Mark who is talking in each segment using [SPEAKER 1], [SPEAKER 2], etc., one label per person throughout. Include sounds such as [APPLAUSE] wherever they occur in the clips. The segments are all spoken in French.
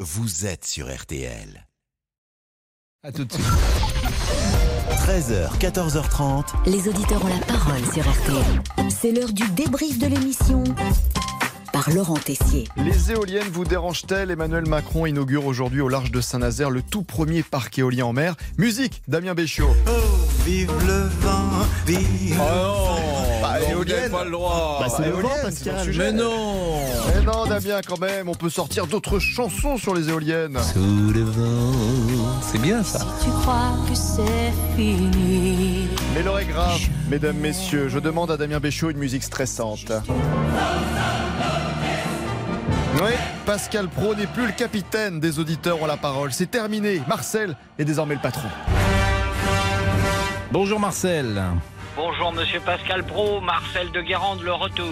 [SPEAKER 1] vous êtes sur RTL.
[SPEAKER 2] À tout
[SPEAKER 3] [LAUGHS]
[SPEAKER 2] de suite.
[SPEAKER 1] 13h, 14h30.
[SPEAKER 4] Les auditeurs ont la parole sur RTL. C'est l'heure du débrief de l'émission par Laurent Tessier.
[SPEAKER 5] Les éoliennes vous dérangent-elles Emmanuel Macron inaugure aujourd'hui au large de Saint-Nazaire le tout premier parc éolien en mer. Musique, Damien Béchiot.
[SPEAKER 2] Ah,
[SPEAKER 3] Oh, vive le vent, vive
[SPEAKER 2] Oh,
[SPEAKER 5] Bah, éolienne.
[SPEAKER 2] pas le droit. Ah,
[SPEAKER 5] Bah, c'est le vent, Pascal.
[SPEAKER 2] Mais non
[SPEAKER 5] Mais non, Damien, quand même, on peut sortir d'autres chansons sur les éoliennes.
[SPEAKER 6] Sous le vent. C'est bien ça.
[SPEAKER 7] Tu crois que c'est fini
[SPEAKER 5] Mais l'heure est grave, mesdames, messieurs. Je demande à Damien Béchaud une musique stressante. Oui, Pascal Pro n'est plus le capitaine des auditeurs ont la parole. C'est terminé. Marcel est désormais le patron.
[SPEAKER 2] Bonjour Marcel.
[SPEAKER 8] Bonjour Monsieur Pascal Pro, Marcel de Guérande, le retour.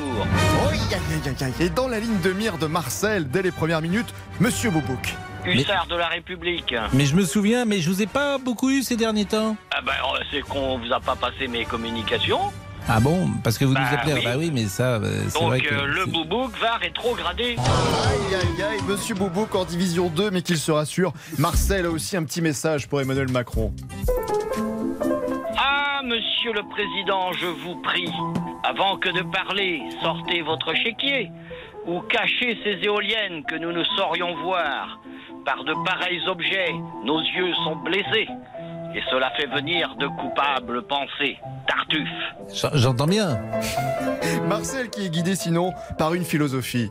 [SPEAKER 5] Oui, aïe, aïe, aïe, aïe. Et dans la ligne de mire de Marcel, dès les premières minutes, Monsieur Boubouk.
[SPEAKER 8] Hussard de la République.
[SPEAKER 2] Mais je me souviens, mais je vous ai pas beaucoup eu ces derniers temps.
[SPEAKER 8] Ah ben, euh, c'est qu'on vous a pas passé mes communications.
[SPEAKER 2] Ah bon Parce que vous
[SPEAKER 8] Bah
[SPEAKER 2] nous appelez.
[SPEAKER 8] oui.
[SPEAKER 2] Bah oui, mais ça, euh, c'est vrai
[SPEAKER 8] Donc
[SPEAKER 2] que.
[SPEAKER 8] euh, le boubouk va rétrograder.
[SPEAKER 5] Aïe, aïe, aïe, Monsieur Boubouk en division 2, mais qu'il se rassure. Marcel a aussi un petit message pour Emmanuel Macron.
[SPEAKER 8] Ah Monsieur le Président, je vous prie, avant que de parler, sortez votre chéquier ou cachez ces éoliennes que nous ne saurions voir. Par de pareils objets, nos yeux sont blessés. Et cela fait venir de coupables pensées. Tartuffe.
[SPEAKER 2] J'en- J'entends bien.
[SPEAKER 5] Marcel qui est guidé sinon par une philosophie.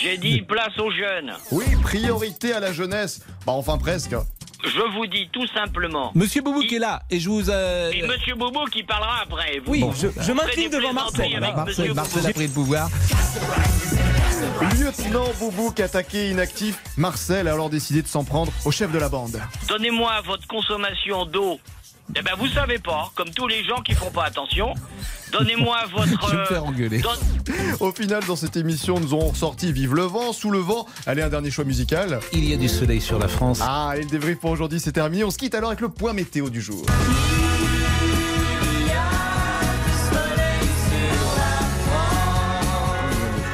[SPEAKER 8] J'ai dit place aux jeunes.
[SPEAKER 5] Oui, priorité à la jeunesse. Bah enfin presque.
[SPEAKER 8] Je vous dis tout simplement.
[SPEAKER 2] Monsieur Boubou qui est là et je vous. euh,
[SPEAKER 8] Et Monsieur Boubou qui parlera après. Vous
[SPEAKER 9] Oui,
[SPEAKER 8] vous
[SPEAKER 9] je, je
[SPEAKER 8] ferez des
[SPEAKER 9] m'incline devant
[SPEAKER 8] plaisanteries
[SPEAKER 9] Marseille.
[SPEAKER 8] avec
[SPEAKER 2] Marcel,
[SPEAKER 8] Monsieur
[SPEAKER 2] Marcel a
[SPEAKER 8] Boubou.
[SPEAKER 2] pris le pouvoir.
[SPEAKER 5] Lieutenant Boubouk attaqué inactif, Marcel a alors décidé de s'en prendre au chef de la bande.
[SPEAKER 8] Donnez-moi votre consommation d'eau. Eh ben vous savez pas, comme tous les gens qui font pas attention. Donnez-moi
[SPEAKER 2] [LAUGHS]
[SPEAKER 8] votre.
[SPEAKER 2] Je vais me faire
[SPEAKER 8] euh,
[SPEAKER 2] engueuler.
[SPEAKER 8] don-
[SPEAKER 5] Au final, dans cette émission, nous aurons ressorti Vive le vent, Sous le vent. Allez, un dernier choix musical.
[SPEAKER 2] Il y a du soleil sur la France.
[SPEAKER 5] Ah, et le débrief pour aujourd'hui, c'est terminé. On se quitte alors avec le point météo du jour.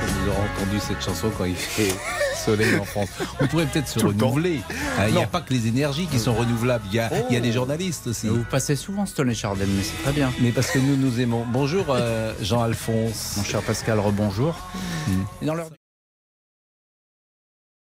[SPEAKER 2] Vous aurez entendu cette chanson quand il fait [LAUGHS] soleil en France. On pourrait peut-être se
[SPEAKER 5] Tout le temps.
[SPEAKER 2] renouveler. Ah, Il n'y a pas que les énergies qui sont renouvelables. Il y a, il y a des journalistes aussi.
[SPEAKER 9] Oh. Vous passez souvent Stone et Chardin, mais c'est très bien.
[SPEAKER 2] Mais parce que nous nous aimons. Bonjour euh, Jean-Alphonse. Hmm.
[SPEAKER 9] Mon cher Pascal, rebonjour. Et dans leur-